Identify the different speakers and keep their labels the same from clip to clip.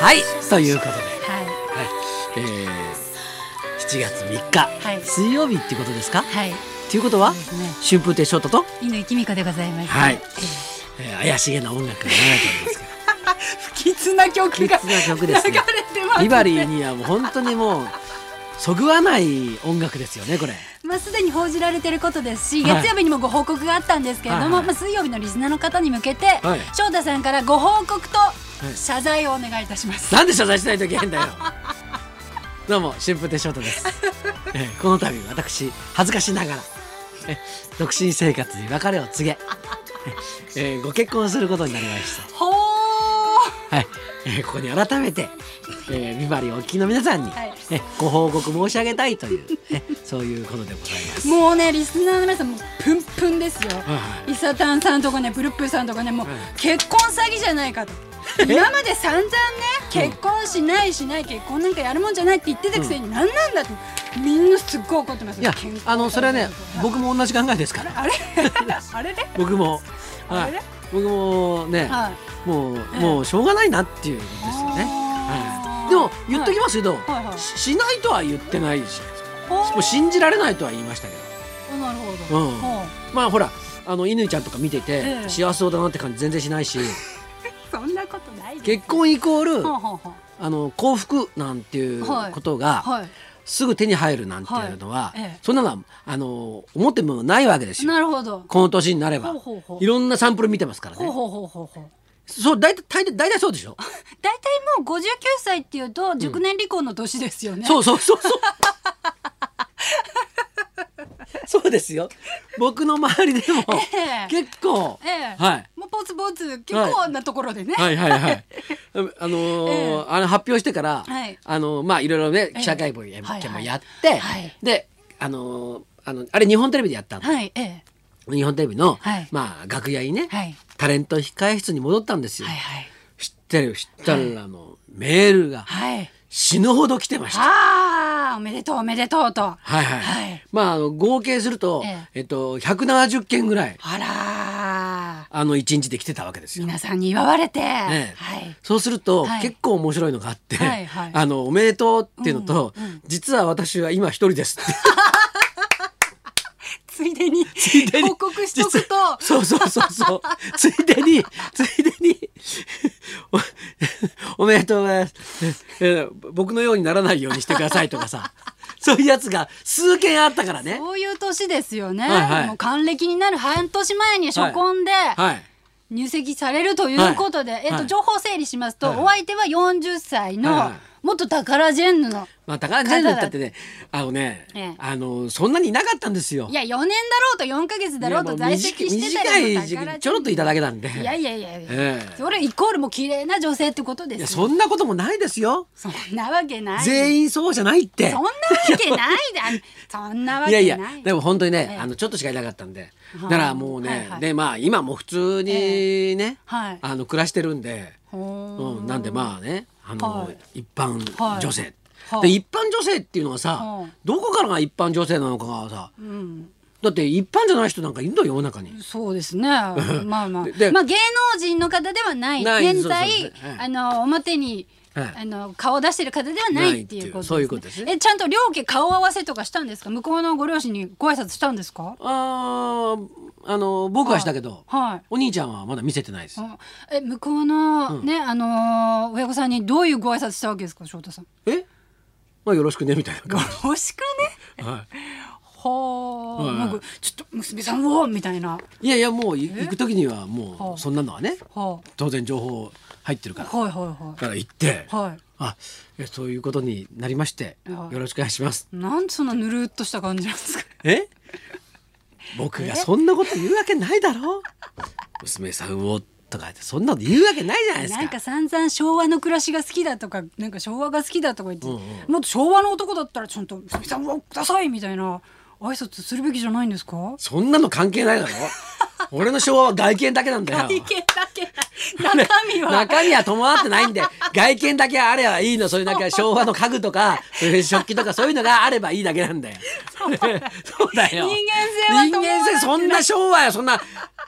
Speaker 1: はいということで、
Speaker 2: はい
Speaker 1: はいえー、7月3日、
Speaker 2: はい
Speaker 1: 水曜日っていうことですか
Speaker 2: はい
Speaker 1: ということは、
Speaker 2: ですね
Speaker 1: 春風亭昇太と、
Speaker 2: 犬井美香でございます
Speaker 1: はい
Speaker 2: えー
Speaker 1: えー怪しげな音楽が流れておりますけど
Speaker 2: 不吉 な曲が
Speaker 1: 不吉な曲ですね
Speaker 2: 流れてます
Speaker 1: ビバリーにはもう本当にもうそぐわない音楽ですよねこれ
Speaker 2: まあ、すでに報じられてることですし、
Speaker 1: はい
Speaker 2: 月曜日にもご報告があったんですけれども、
Speaker 1: はいはい
Speaker 2: まあ、水曜日のリスナーの方に向けて、
Speaker 1: い
Speaker 2: 翔太さんからご報告と
Speaker 1: い
Speaker 2: 謝罪をお願いいたします。
Speaker 1: なんで謝罪しないといけ ないんだよどうも春風亭昇太です、えーこの度私恥ずかしながらえー独身生活に別れを告げ、えーご結婚することになりました
Speaker 2: ほー
Speaker 1: はい、 えーここに改めて、えービバリーお聞きの皆さんに、
Speaker 2: はい
Speaker 1: えーご報告申し上げたいという、えーそういうことでございます。
Speaker 2: もうねリスナーの皆さんもうプンプンですよ、
Speaker 1: いは
Speaker 2: イサタンさんとかねブルップさんとかねもう、
Speaker 1: はい
Speaker 2: 結婚詐欺じゃないかと今まで散々ね結婚しないしない結婚なんかやるもんじゃないって言ってたくせに、なん、なんだとみんなすっごい怒ってます
Speaker 1: いや
Speaker 2: 健康
Speaker 1: あのそれはね
Speaker 2: 詐欺とか
Speaker 1: 僕も同じ考えですから
Speaker 2: あれあれれ
Speaker 1: 僕も、は
Speaker 2: あれ
Speaker 1: い、僕もね、
Speaker 2: はい
Speaker 1: もう、
Speaker 2: ええ
Speaker 1: もうしょうがないなっていうことですよね。
Speaker 2: あー
Speaker 1: はい、でも言っときますけど、
Speaker 2: はいはい
Speaker 1: ししないとは言ってないし
Speaker 2: ほう
Speaker 1: もう信じられないとは言いましたけど
Speaker 2: なるほど、
Speaker 1: うん
Speaker 2: ほ
Speaker 1: まあほらあの乾ちゃんとか見てて、
Speaker 2: ええ
Speaker 1: 幸せそうだなって感じ全然しないし
Speaker 2: そんなことないです
Speaker 1: 結婚イコール、
Speaker 2: ほうほうほう
Speaker 1: あの幸福なんていう
Speaker 2: はい
Speaker 1: ことが、
Speaker 2: はい
Speaker 1: すぐ手に入るなんていうのは、
Speaker 2: はいええ
Speaker 1: そんなのはあの思ってもないわけですよ
Speaker 2: なるほど
Speaker 1: この年になれば
Speaker 2: ほうほうほう
Speaker 1: いろんなサンプル見てますから
Speaker 2: ほう
Speaker 1: ね
Speaker 2: ほうほうほうほう
Speaker 1: そう大体大体大体そうでしょ
Speaker 2: 大体もう59歳っていうと熟年離婚の年ですよね、
Speaker 1: そうそうそうそう そうですよ僕の周りでも
Speaker 2: ええ
Speaker 1: 結構、
Speaker 2: ええ
Speaker 1: はい
Speaker 2: もうポツポツ結構なところでね、
Speaker 1: はいはいはい。あのー
Speaker 2: ええ
Speaker 1: あの発表してから、
Speaker 2: はい
Speaker 1: あのーまあいろいろね
Speaker 2: ええ
Speaker 1: 記者会見もや
Speaker 2: はいはい
Speaker 1: やって、
Speaker 2: はい
Speaker 1: であのーあのあれ日本テレビでやったの、
Speaker 2: はいええ
Speaker 1: 日本テレビの、
Speaker 2: はい
Speaker 1: まあ楽屋にね、
Speaker 2: はい
Speaker 1: タレント控え室に戻ったんですよ。
Speaker 2: はいはい
Speaker 1: 知ってる知ったら、あのメールが
Speaker 2: はい
Speaker 1: 死ぬほど来てました。
Speaker 2: ああおめでとうおめでとうとあ
Speaker 1: はいはい。
Speaker 2: はい
Speaker 1: まああの合計すると、え
Speaker 2: え
Speaker 1: っと170件ぐらい
Speaker 2: らー
Speaker 1: あの一日で来てたわけですよ。
Speaker 2: 皆さんに祝われて、
Speaker 1: ええ
Speaker 2: はい
Speaker 1: そうすると、
Speaker 2: はい
Speaker 1: 結構面白いのがあって、
Speaker 2: はいはい
Speaker 1: あのおめでとうっていうのと、
Speaker 2: うんうん
Speaker 1: 実は私は今一人で すって
Speaker 2: ついでに
Speaker 1: ついでに
Speaker 2: 報告しとくと
Speaker 1: 実はそうそうそ うそうついでについでに おおめでとうございますええ僕のようにならないようにしてくださいとか さそういうやつが数件あったからね。
Speaker 2: そういう年ですよね、
Speaker 1: はいはい
Speaker 2: もう還暦になる半年前に初婚で
Speaker 1: はい、
Speaker 2: 入籍されるということで、
Speaker 1: はい
Speaker 2: えっと
Speaker 1: はい
Speaker 2: 情報整理しますと、
Speaker 1: はい
Speaker 2: お相手は40歳
Speaker 1: はい
Speaker 2: の
Speaker 1: はい
Speaker 2: 元宝ジェンヌの、
Speaker 1: まあ高田ジェンヌだってねあのね、
Speaker 2: ええ
Speaker 1: あのそんなにいなかったんですよ。
Speaker 2: いや4年だろうと4か月だろうと
Speaker 1: いやもう
Speaker 2: 在籍してた
Speaker 1: 短
Speaker 2: り
Speaker 1: い
Speaker 2: も
Speaker 1: 短い時期
Speaker 2: 宝
Speaker 1: にちょろっといただけなんで。
Speaker 2: ジェンヌいやいやいやいや、
Speaker 1: ええ
Speaker 2: それイコールもう綺麗な女性ってことで
Speaker 1: いや
Speaker 2: すよ
Speaker 1: そんなこともないですよ。
Speaker 2: そんなわけない
Speaker 1: 全員そうじゃないって。
Speaker 2: そんなわけないだそんなわ
Speaker 1: い
Speaker 2: け
Speaker 1: や
Speaker 2: ない
Speaker 1: いやでも本当にね、
Speaker 2: ええ
Speaker 1: あのちょっとしかいなかったんで、
Speaker 2: はあ
Speaker 1: だからもうね、
Speaker 2: はいはい
Speaker 1: でまあ今も普通にね、
Speaker 2: はい
Speaker 1: あの暮らしてるんで、
Speaker 2: ほー
Speaker 1: うん、なんでまあねあの、
Speaker 2: はい
Speaker 1: 一般
Speaker 2: はい
Speaker 1: 女性、
Speaker 2: はあ
Speaker 1: で一般女性っていうのはさ、
Speaker 2: はあ
Speaker 1: どこからが一般女性なのかがさ
Speaker 2: うん
Speaker 1: だって一般じゃない人なんかいるのよ世の中に。
Speaker 2: そうですね。まあまあ、
Speaker 1: で
Speaker 2: まあ芸能人の方ではない、
Speaker 1: ない
Speaker 2: 現
Speaker 1: そう
Speaker 2: 在
Speaker 1: そうそうはい
Speaker 2: あの表に。
Speaker 1: はい
Speaker 2: あの顔を出してる方ではないっていうこと
Speaker 1: ないっていうそういうことですね
Speaker 2: えちゃんと両家顔合わせとかしたんですか向こうのご両親にご挨拶したんですか
Speaker 1: あーあの僕はしたけど、
Speaker 2: はい
Speaker 1: お兄ちゃんはまだ見せてないです。
Speaker 2: あえ向こうのね、あのー親御さんにどういうご挨拶したわけですか翔太 さん
Speaker 1: えまあよろしくねみたいな
Speaker 2: よ
Speaker 1: 感
Speaker 2: ろしくね
Speaker 1: じ。はい
Speaker 2: ほー
Speaker 1: はい
Speaker 2: なんかちょっと娘さんをみたいない
Speaker 1: やいやもうい
Speaker 2: え
Speaker 1: 行く時には
Speaker 2: は
Speaker 1: もう
Speaker 2: あ
Speaker 1: そんなのはね
Speaker 2: は
Speaker 1: 当然情報入ってる
Speaker 2: あ
Speaker 1: からだ
Speaker 2: はいはい
Speaker 1: から行って
Speaker 2: はいはい
Speaker 1: あえそういうことになりましてよ
Speaker 2: はい
Speaker 1: ろしくお願いします
Speaker 2: なんでそんなぬるっとした感じなんですか
Speaker 1: え僕がそんなこと言うわけないだろ 娘さんをとかってそんなこと言うわけないじゃないです
Speaker 2: なんか
Speaker 1: か
Speaker 2: 散々昭和の暮らしが好きだとかなんか昭和が好きだとか言って、
Speaker 1: うんうん
Speaker 2: もっと昭和の男だったらちゃんと「すみさんをください」みたいな挨拶するべきじゃないんですか
Speaker 1: そんなの関係ないだろ俺の昭和は外見だけなんだよ
Speaker 2: 外見だけ中身は
Speaker 1: 中身は伴ってないんで外見だけあればいいのそういうなんか昭和の家具とかそういう食器とかそういうのがあればいいだけなんだよそうだ
Speaker 2: 人
Speaker 1: よ
Speaker 2: 間性は伴ってない
Speaker 1: 人間性そんな昭和やそんな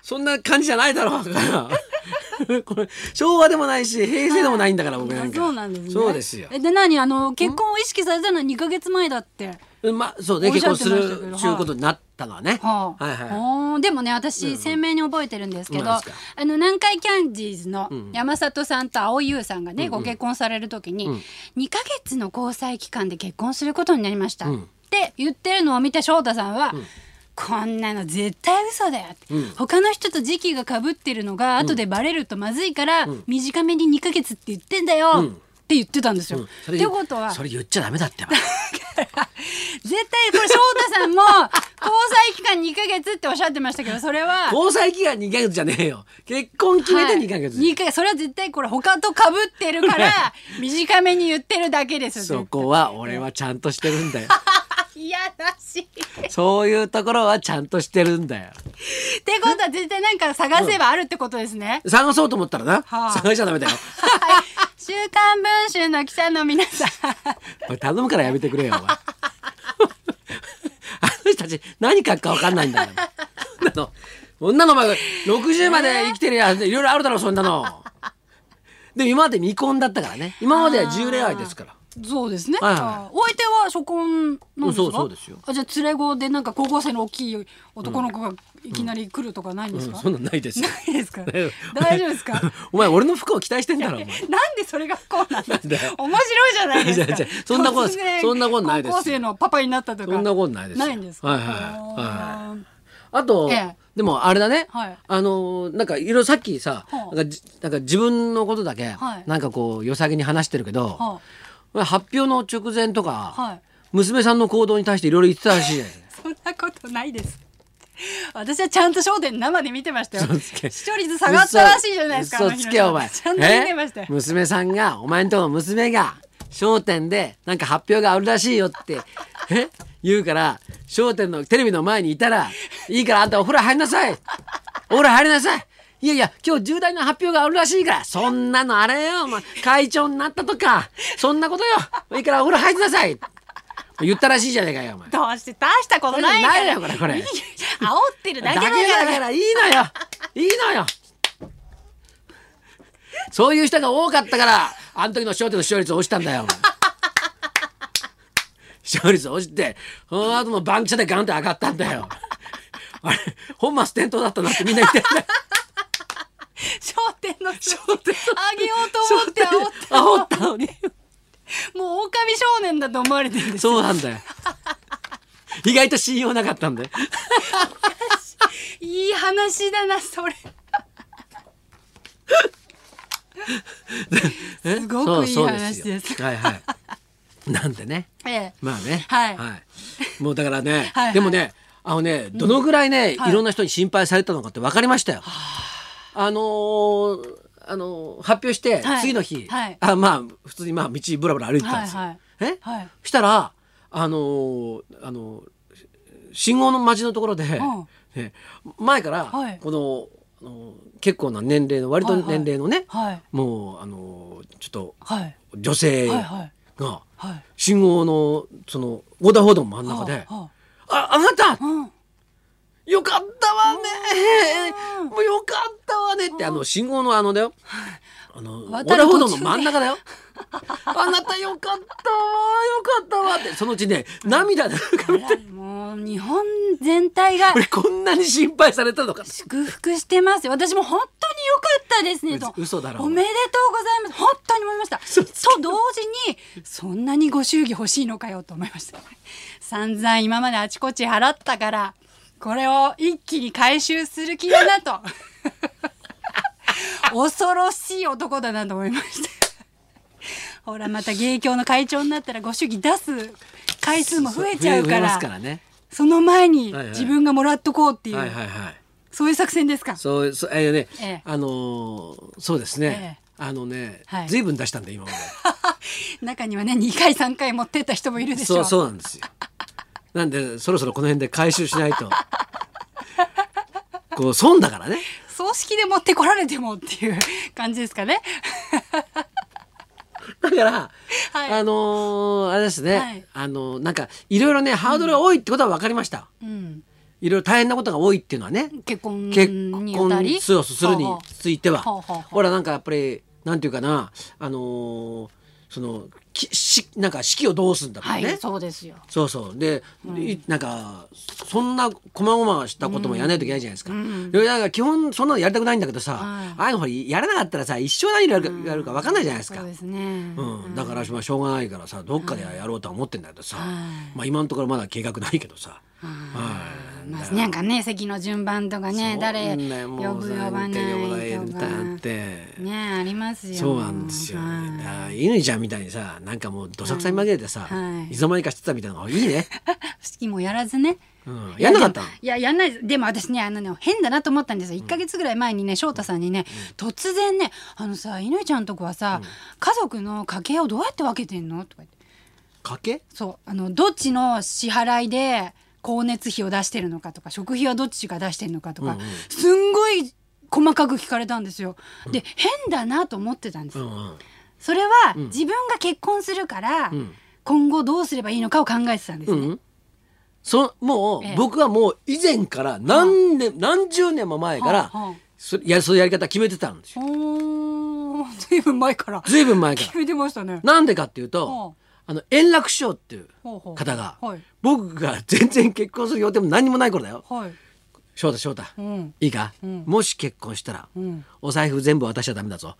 Speaker 1: そんな感じじゃないだろうからこれ昭和でもないし平成でもないんだから、僕な
Speaker 2: あ
Speaker 1: んか
Speaker 2: そうなんですね
Speaker 1: そうですよ
Speaker 2: えで何あの結婚を意識されたのは2か月前だって
Speaker 1: うんまあそうね
Speaker 2: おっ
Speaker 1: 結
Speaker 2: しゃ
Speaker 1: 婚
Speaker 2: って
Speaker 1: す
Speaker 2: ましたけど
Speaker 1: るということになったのはね、
Speaker 2: はあ、
Speaker 1: はいはい
Speaker 2: おーでもね私鮮明に覚えてるんですけど、
Speaker 1: なん
Speaker 2: あ
Speaker 1: ですか
Speaker 2: の南海キャンディーズの
Speaker 1: ん
Speaker 2: 山里さんと蒼井優さんがね、ご結婚される時に、
Speaker 1: うん
Speaker 2: 2ヶ月の交際期間で結婚することになりました、
Speaker 1: うん
Speaker 2: って言ってるのを見た翔太さんは、こんなの絶対嘘だよって、
Speaker 1: うん
Speaker 2: 他の人と時期がかぶってるのが後でバレるとまずいから、短めに2ヶ月って言ってんだよ、
Speaker 1: うん
Speaker 2: って言ってたんですよ。
Speaker 1: うんそ
Speaker 2: っ
Speaker 1: れ
Speaker 2: てことは
Speaker 1: それ言っちゃダメだってば
Speaker 2: 絶対これ翔太さん も交際期間2ヶ月っておっしゃってましたけどそれは
Speaker 1: 交際期間2ヶ月じゃねえよ結婚決めて2ヶ月、
Speaker 2: はい二ヶ月それは絶対これ他と被ってるから短めに言ってるだけですよ
Speaker 1: そこは俺はちゃんとしてるんだよ
Speaker 2: いやらしいって
Speaker 1: そういうところはちゃんとしてるんだよ
Speaker 2: ことは絶対なんか探せばあるってことですね、
Speaker 1: 探そうと思ったらな、
Speaker 2: はあ
Speaker 1: 探しちゃダメだよ
Speaker 2: はい週刊文春の記者の皆さん
Speaker 1: おい頼むからやめてくれよお 前あの人たち何書くか分かんないんだよそんなの女の場合60まで生きてるやついろいろあるだろそんなのでも今まで未婚だったからね今までは自由恋愛ですから
Speaker 2: そうですね、
Speaker 1: はいはい
Speaker 2: あお相手は初婚なんですか
Speaker 1: そうそうですよ
Speaker 2: あじゃあ連れ子でなんか高校生の大きい男の子がいきなり来るとかないんですか、
Speaker 1: そんなんないですよ
Speaker 2: ないですか
Speaker 1: ないよ
Speaker 2: 大丈夫ですか
Speaker 1: お前俺の服を期待してんだろお 前
Speaker 2: なんでそれが不幸なん です
Speaker 1: だよ
Speaker 2: か面白いじゃないですか
Speaker 1: いやいやそんなこと
Speaker 2: 突然
Speaker 1: そんなことないです
Speaker 2: 高校生のパパになったとか
Speaker 1: そんなことないですよ
Speaker 2: ないんですか
Speaker 1: はいはいはい
Speaker 2: あー
Speaker 1: あと、
Speaker 2: ええ
Speaker 1: でもあれだね、
Speaker 2: はい
Speaker 1: あのーなんかいろいろさっきさ、
Speaker 2: はあ
Speaker 1: なんかじなんか自分のことだけ、
Speaker 2: はい
Speaker 1: なんかこう良さげに話してるけど、
Speaker 2: は
Speaker 1: 発表の直前とか、
Speaker 2: あはい
Speaker 1: 娘さんの行動に対していろいろ言ってたらしいじゃないですか
Speaker 2: そんなことないです私はちゃんと『笑点』生で見てましたよ
Speaker 1: 嘘つけ
Speaker 2: 視聴率下がったらしいじゃないですか
Speaker 1: 嘘
Speaker 2: あの日
Speaker 1: つ
Speaker 2: の
Speaker 1: けよお前
Speaker 2: ちゃんと見てました
Speaker 1: え
Speaker 2: よ
Speaker 1: 娘さんがお前んとこの娘が『笑点』でなんか発表があるらしいよってえ言うから『笑点』のテレビの前にいたら「いいからあんたお風呂入りなさいお風呂入りなさい」いやいや今日重大な発表があるらしいからそんなのあれよお前会長になったとかそんなことよいいからお風呂入りなさい言ったらしいじゃねえかよお前
Speaker 2: どうして大したことないから
Speaker 1: ないよこれこれ
Speaker 2: いいよ煽ってるだ
Speaker 1: だ
Speaker 2: け
Speaker 1: け
Speaker 2: だ
Speaker 1: だ
Speaker 2: か
Speaker 1: かららいいのよいいのよそういう人が多かったからあの時の焦点の視聴率落ちたんだよお前視聴率落ちてその後のバンキシャでガンって上がったんだよあれ本末転倒だったなってみんな言ってんだよ
Speaker 2: 笑点の数字上げようと思って煽って
Speaker 1: 煽ったのに
Speaker 2: もう狼少年だと思われてるんです
Speaker 1: そうなんだよ意外と信用なかったんだよ
Speaker 2: いい話だなそれ
Speaker 1: え
Speaker 2: すごくいい
Speaker 1: そうそう
Speaker 2: 話
Speaker 1: よ
Speaker 2: です
Speaker 1: はいはいなんでね
Speaker 2: ええ
Speaker 1: まあね。
Speaker 2: はい
Speaker 1: もうだからね
Speaker 2: はいはい
Speaker 1: でもね、あのね、どのぐらいね、
Speaker 2: はい
Speaker 1: いろんな人に心配されたのかって分かりましたよ。あのーあのー発表して、
Speaker 2: はい
Speaker 1: 次の日、
Speaker 2: はい
Speaker 1: あ、まあ、普通にまあ、道ぶらぶら歩いてたんですよ。
Speaker 2: はい
Speaker 1: え、
Speaker 2: はい
Speaker 1: したら、あのーあのー信号の街のところで、
Speaker 2: ん
Speaker 1: ね前から、
Speaker 2: はい
Speaker 1: この、あのー結構な年齢の、割と
Speaker 2: はいはい
Speaker 1: 年齢のね、
Speaker 2: はい
Speaker 1: もう、あのーちょっと、
Speaker 2: はい
Speaker 1: 女性が、
Speaker 2: はいはいはい
Speaker 1: 信号のその横断歩道の真ん中で「
Speaker 2: は
Speaker 1: ああなた
Speaker 2: あは
Speaker 1: よかったわねもうよかったわね」ってあの信号のあのだよあの横
Speaker 2: 渡る
Speaker 1: 断歩道
Speaker 2: 途中
Speaker 1: の
Speaker 2: で
Speaker 1: 真ん 中だよ「あなたよかったわよかったわ」ってそのうちね涙で浮か
Speaker 2: あ
Speaker 1: べ
Speaker 2: あらもう日本全体が
Speaker 1: 俺こんなに心配されたのか
Speaker 2: 祝福してますよ私も本当に良かったですねと
Speaker 1: う嘘だろ
Speaker 2: おめでとうございます本当に思いましたと同時にそんなにご祝儀欲しいのかよと思いました散々今まであちこち払ったからこれを一気に回収する気だな と恐ろしい男だなと思いましたほらまた芸協の会長になったらご祝儀出す回数も増えちゃう
Speaker 1: 増
Speaker 2: か
Speaker 1: えま
Speaker 2: ら
Speaker 1: すからね
Speaker 2: その前に
Speaker 1: はいはい
Speaker 2: 自分がもらっとこうっていう、
Speaker 1: はいはいはい
Speaker 2: そういう作戦ですか
Speaker 1: そうそうえーね、
Speaker 2: ええ
Speaker 1: あのーそうですね、あのね、
Speaker 2: はい
Speaker 1: 随分出したんで今まで。
Speaker 2: 中にはね2回3回持ってった人もいるでしょ
Speaker 1: そうそうなんですよなんでそろそろこの辺で回収しないとこう損だからね
Speaker 2: 葬式で持ってこられてもっていう感じですか ね
Speaker 1: だから、
Speaker 2: はい
Speaker 1: あのーあれですね、
Speaker 2: はい
Speaker 1: あのーなんかいろいろねハードルが多いってことは分かりました、
Speaker 2: うん
Speaker 1: いろいろ大変なことが多いっていうのはね
Speaker 2: 結婚
Speaker 1: 結
Speaker 2: にあたり
Speaker 1: 婚そうそうするに
Speaker 2: はあは
Speaker 1: ついては
Speaker 2: はあはあはあ
Speaker 1: ほらなんかやっぱりなんていうかなあのーそのきしなんか式をどうするんだと
Speaker 2: あ
Speaker 1: か
Speaker 2: は
Speaker 1: ね、
Speaker 2: いそうですよ
Speaker 1: そうそうで、いなんかそんな細々したこともやらないといけないじゃないですか。
Speaker 2: うん
Speaker 1: でだから基本そんなのやりたくないんだけどさ、
Speaker 2: はい
Speaker 1: ああいうのほらやらなかったらさ一生何やるか,、やるか分かんないじゃないですか。
Speaker 2: そうですね
Speaker 1: うん、だから
Speaker 2: は
Speaker 1: しょうがないからさどっかでやろうとは思ってんだけどさ、
Speaker 2: はい
Speaker 1: まあ今のところまだ計画ないけどさ、
Speaker 2: あ
Speaker 1: はい
Speaker 2: まあなんかね席の順番とかね誰
Speaker 1: そうな
Speaker 2: 呼
Speaker 1: ん
Speaker 2: ぶ
Speaker 1: だよ
Speaker 2: 呼ばな
Speaker 1: もうさ
Speaker 2: い
Speaker 1: 呼ば
Speaker 2: と
Speaker 1: ないなん
Speaker 2: か
Speaker 1: て
Speaker 2: ねありますよ
Speaker 1: そうなんですよ、ね。だか
Speaker 2: はい
Speaker 1: ら乾ちゃんみたいにさなんかもうどさくさに紛れてさ、、
Speaker 2: はいい
Speaker 1: つの間にかしてたみたいなのがいいね、
Speaker 2: 式もやらずね
Speaker 1: うん、やんなかったの
Speaker 2: いややんないですでも私ねあのね変だなと思ったんですよ1か月ぐらい前にね翔太さんにね、突然ね「あのさ乾ちゃんとこはさ、家族の家計をどうやって分けてんの?」とか言って
Speaker 1: 賭け
Speaker 2: そうあのどっちの支払いで光熱費を出してるのかとか食費はどっちが出してるのかとか、
Speaker 1: うんうん
Speaker 2: すんごい細かく聞かれたんですよ。で変だなと思ってたんです
Speaker 1: うん
Speaker 2: よ。
Speaker 1: うん
Speaker 2: それは、自分が結婚するから、
Speaker 1: ん
Speaker 2: 今後どうすればいいのかを考えてたんですね。
Speaker 1: うん、そもう、
Speaker 2: ええ
Speaker 1: 僕はもう以前から何年、何十年も前から、
Speaker 2: はあはあ
Speaker 1: そやそういうやり方決めてたんですよ
Speaker 2: おーずいぶん前から
Speaker 1: ずいぶん前 から
Speaker 2: 決めてましたね。
Speaker 1: なんでかっていうと、
Speaker 2: は
Speaker 1: あの円楽師匠っていう
Speaker 2: ほうほう
Speaker 1: 方が、
Speaker 2: はい
Speaker 1: 僕が全然結婚する予定も何にもない頃だよ
Speaker 2: はい。
Speaker 1: 翔太翔太、
Speaker 2: うん
Speaker 1: いいか、
Speaker 2: うん
Speaker 1: もし結婚したら、
Speaker 2: うん
Speaker 1: お財布全部渡しちゃダメだぞ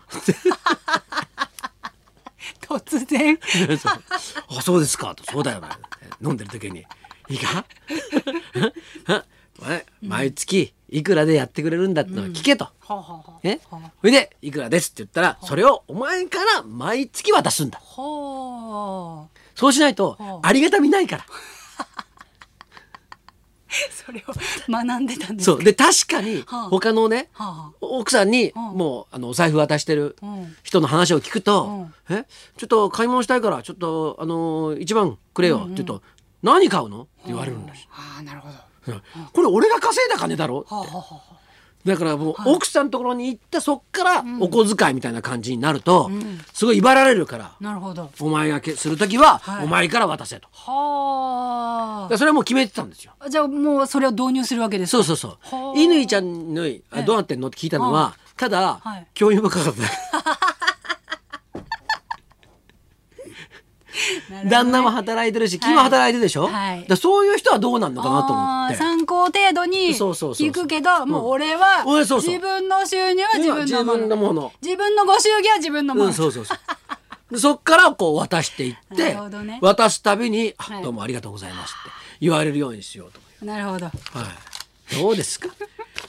Speaker 2: 突 然。
Speaker 1: そうあそうですかとそうだよな飲んでる時にいいか え毎月いくらでやってくれるんだってのを聞けと、
Speaker 2: はあ、はあはあ、
Speaker 1: え
Speaker 2: はあ
Speaker 1: それで「いくらです」って言ったらそれをお前から毎月渡すんだ
Speaker 2: はあ。
Speaker 1: そうしないと
Speaker 2: はあ
Speaker 1: ありがたみないから
Speaker 2: それを学んでたんです
Speaker 1: そ
Speaker 2: か。
Speaker 1: うで確かに
Speaker 2: はあ
Speaker 1: 他のね
Speaker 2: は
Speaker 1: 奥さんに
Speaker 2: はあ
Speaker 1: もうあのお財布渡してる
Speaker 2: あ。うん。
Speaker 1: 人の話を聞くと「えちょっと買い物したいからちょっとあの1番くれよ」って言うと「何買うの?」って言われるんだし
Speaker 2: ああ、なるほど。は
Speaker 1: これ俺が稼いだ金だろ
Speaker 2: あ、はあ、はあ。
Speaker 1: だからもう奥さんのところに行ってそっからお小遣いみたいな感じになるとすごい威張られるから
Speaker 2: なるほど。
Speaker 1: お前がけする時は
Speaker 2: はい
Speaker 1: お前から渡せと。だ
Speaker 2: は
Speaker 1: からそれはもう決めてたんですよ。
Speaker 2: あ。じゃあ、もうそれを導入するわけです
Speaker 1: そう
Speaker 2: か。
Speaker 1: そうそう
Speaker 2: は。あ
Speaker 1: 乾ちゃんのあどうなってんのって聞いたのは、ただ
Speaker 2: はい、
Speaker 1: 教員深 かった。
Speaker 2: なるほど
Speaker 1: 旦那も働いてるし、君も働いてるでしょ、
Speaker 2: はい
Speaker 1: だからそういう人はどうなんのかなと思
Speaker 2: あー
Speaker 1: って。
Speaker 2: 参考程度に
Speaker 1: そうそうそうそう
Speaker 2: 聞くけど、もう俺は
Speaker 1: うん俺そうそう
Speaker 2: 自分の収入は自分の
Speaker 1: 自
Speaker 2: も
Speaker 1: 分の
Speaker 2: の。
Speaker 1: もの。
Speaker 2: 自分のご祝儀は自分のも
Speaker 1: うん、
Speaker 2: の。
Speaker 1: そうそうそう。でそっからこう渡していっ
Speaker 2: な
Speaker 1: て、
Speaker 2: るほどね
Speaker 1: 渡すたびに、あ
Speaker 2: はい
Speaker 1: どうもありがとうございますって言われるようにしようと思
Speaker 2: なるほど。
Speaker 1: う。はい。どうですか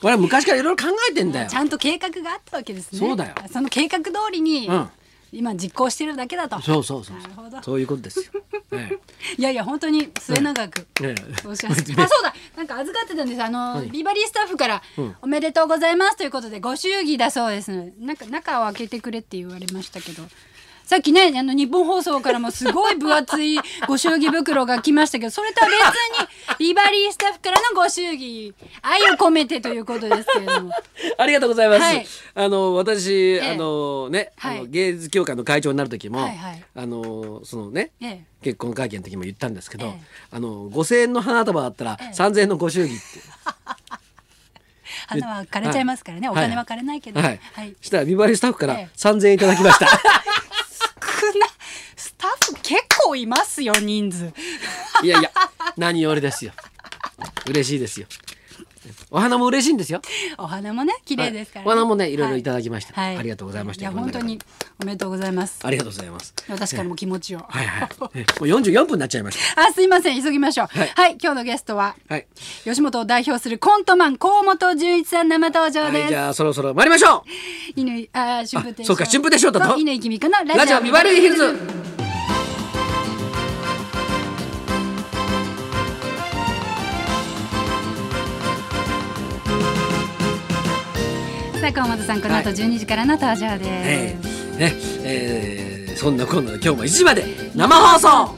Speaker 1: これ昔からいろいろ考えてんだよ
Speaker 2: ち。ゃんと計画があったわけですね。
Speaker 1: そうだよ
Speaker 2: その計画通りに
Speaker 1: うん
Speaker 2: 今実行してるだけだと。
Speaker 1: そうそうそう
Speaker 2: なるほ
Speaker 1: そ
Speaker 2: ど
Speaker 1: う。そういうことですよ。え
Speaker 2: いやいや本当に末永く。
Speaker 1: えええ
Speaker 2: お幸せにあそうだなんか預かってたんですあの、
Speaker 1: い
Speaker 2: ビバリースタッフから、おめでとうございますということでご祝儀だそうですなんか中を開けてくれって言われましたけどさっきねあの日本放送からもすごい分厚いご祝儀袋が来ましたけどそれとは別にビバリースタッフからのご祝儀愛を込めてということですけれども
Speaker 1: ありがとうございます。
Speaker 2: はい
Speaker 1: あの私、
Speaker 2: え
Speaker 1: あのね、
Speaker 2: はい
Speaker 1: あの芸術協会の会長になる時も、
Speaker 2: はいはい
Speaker 1: あのそのね、
Speaker 2: ええ
Speaker 1: 結婚会見の時も言ったんですけど、
Speaker 2: ええ
Speaker 1: あの5,000円の花束だったら
Speaker 2: ええ
Speaker 1: 3,000円のご祝儀って、
Speaker 2: 花は枯れちゃいますからね、
Speaker 1: はい
Speaker 2: お金は枯れないけど、
Speaker 1: はい
Speaker 2: はい
Speaker 1: したらビバリースタッフから
Speaker 2: ええ
Speaker 1: 3,000円いただきま した
Speaker 2: 少なスタッフ結構いますよ人数
Speaker 1: いやいや何よりですよ嬉しいですよお花も嬉しいんですよ
Speaker 2: お花もね綺麗ですから、
Speaker 1: はいお花もねいろいろいただきました
Speaker 2: は
Speaker 1: ありがとうございました
Speaker 2: いや本当におめでとうございます
Speaker 1: ありがとうございます
Speaker 2: 私からも気持ちを、
Speaker 1: はいはいえもう44分になっちゃいまし
Speaker 2: あすいません急ぎましょう
Speaker 1: は
Speaker 2: はいい、今日のゲストは
Speaker 1: たはい、
Speaker 2: 吉本を代表するコントマン河本純一さん生登場
Speaker 1: は
Speaker 2: で
Speaker 1: い、
Speaker 2: す、
Speaker 1: じゃあそろそろ参りましょ
Speaker 2: 犬あ春風亭
Speaker 1: あそうか春風亭昇太と
Speaker 2: 犬きみかの
Speaker 1: うラ
Speaker 2: ラ
Speaker 1: ジ
Speaker 2: ジ
Speaker 1: オ
Speaker 2: オ
Speaker 1: ビ
Speaker 2: ビ
Speaker 1: バ
Speaker 2: バ
Speaker 1: リ
Speaker 2: リー
Speaker 1: ーヒ
Speaker 2: ヒ
Speaker 1: ル
Speaker 2: ル
Speaker 1: ズ
Speaker 2: ズさあ河本さんこの後
Speaker 1: は
Speaker 2: 12時からの登場です、
Speaker 1: ええねえーそんなこんなで今日も1時まで生放送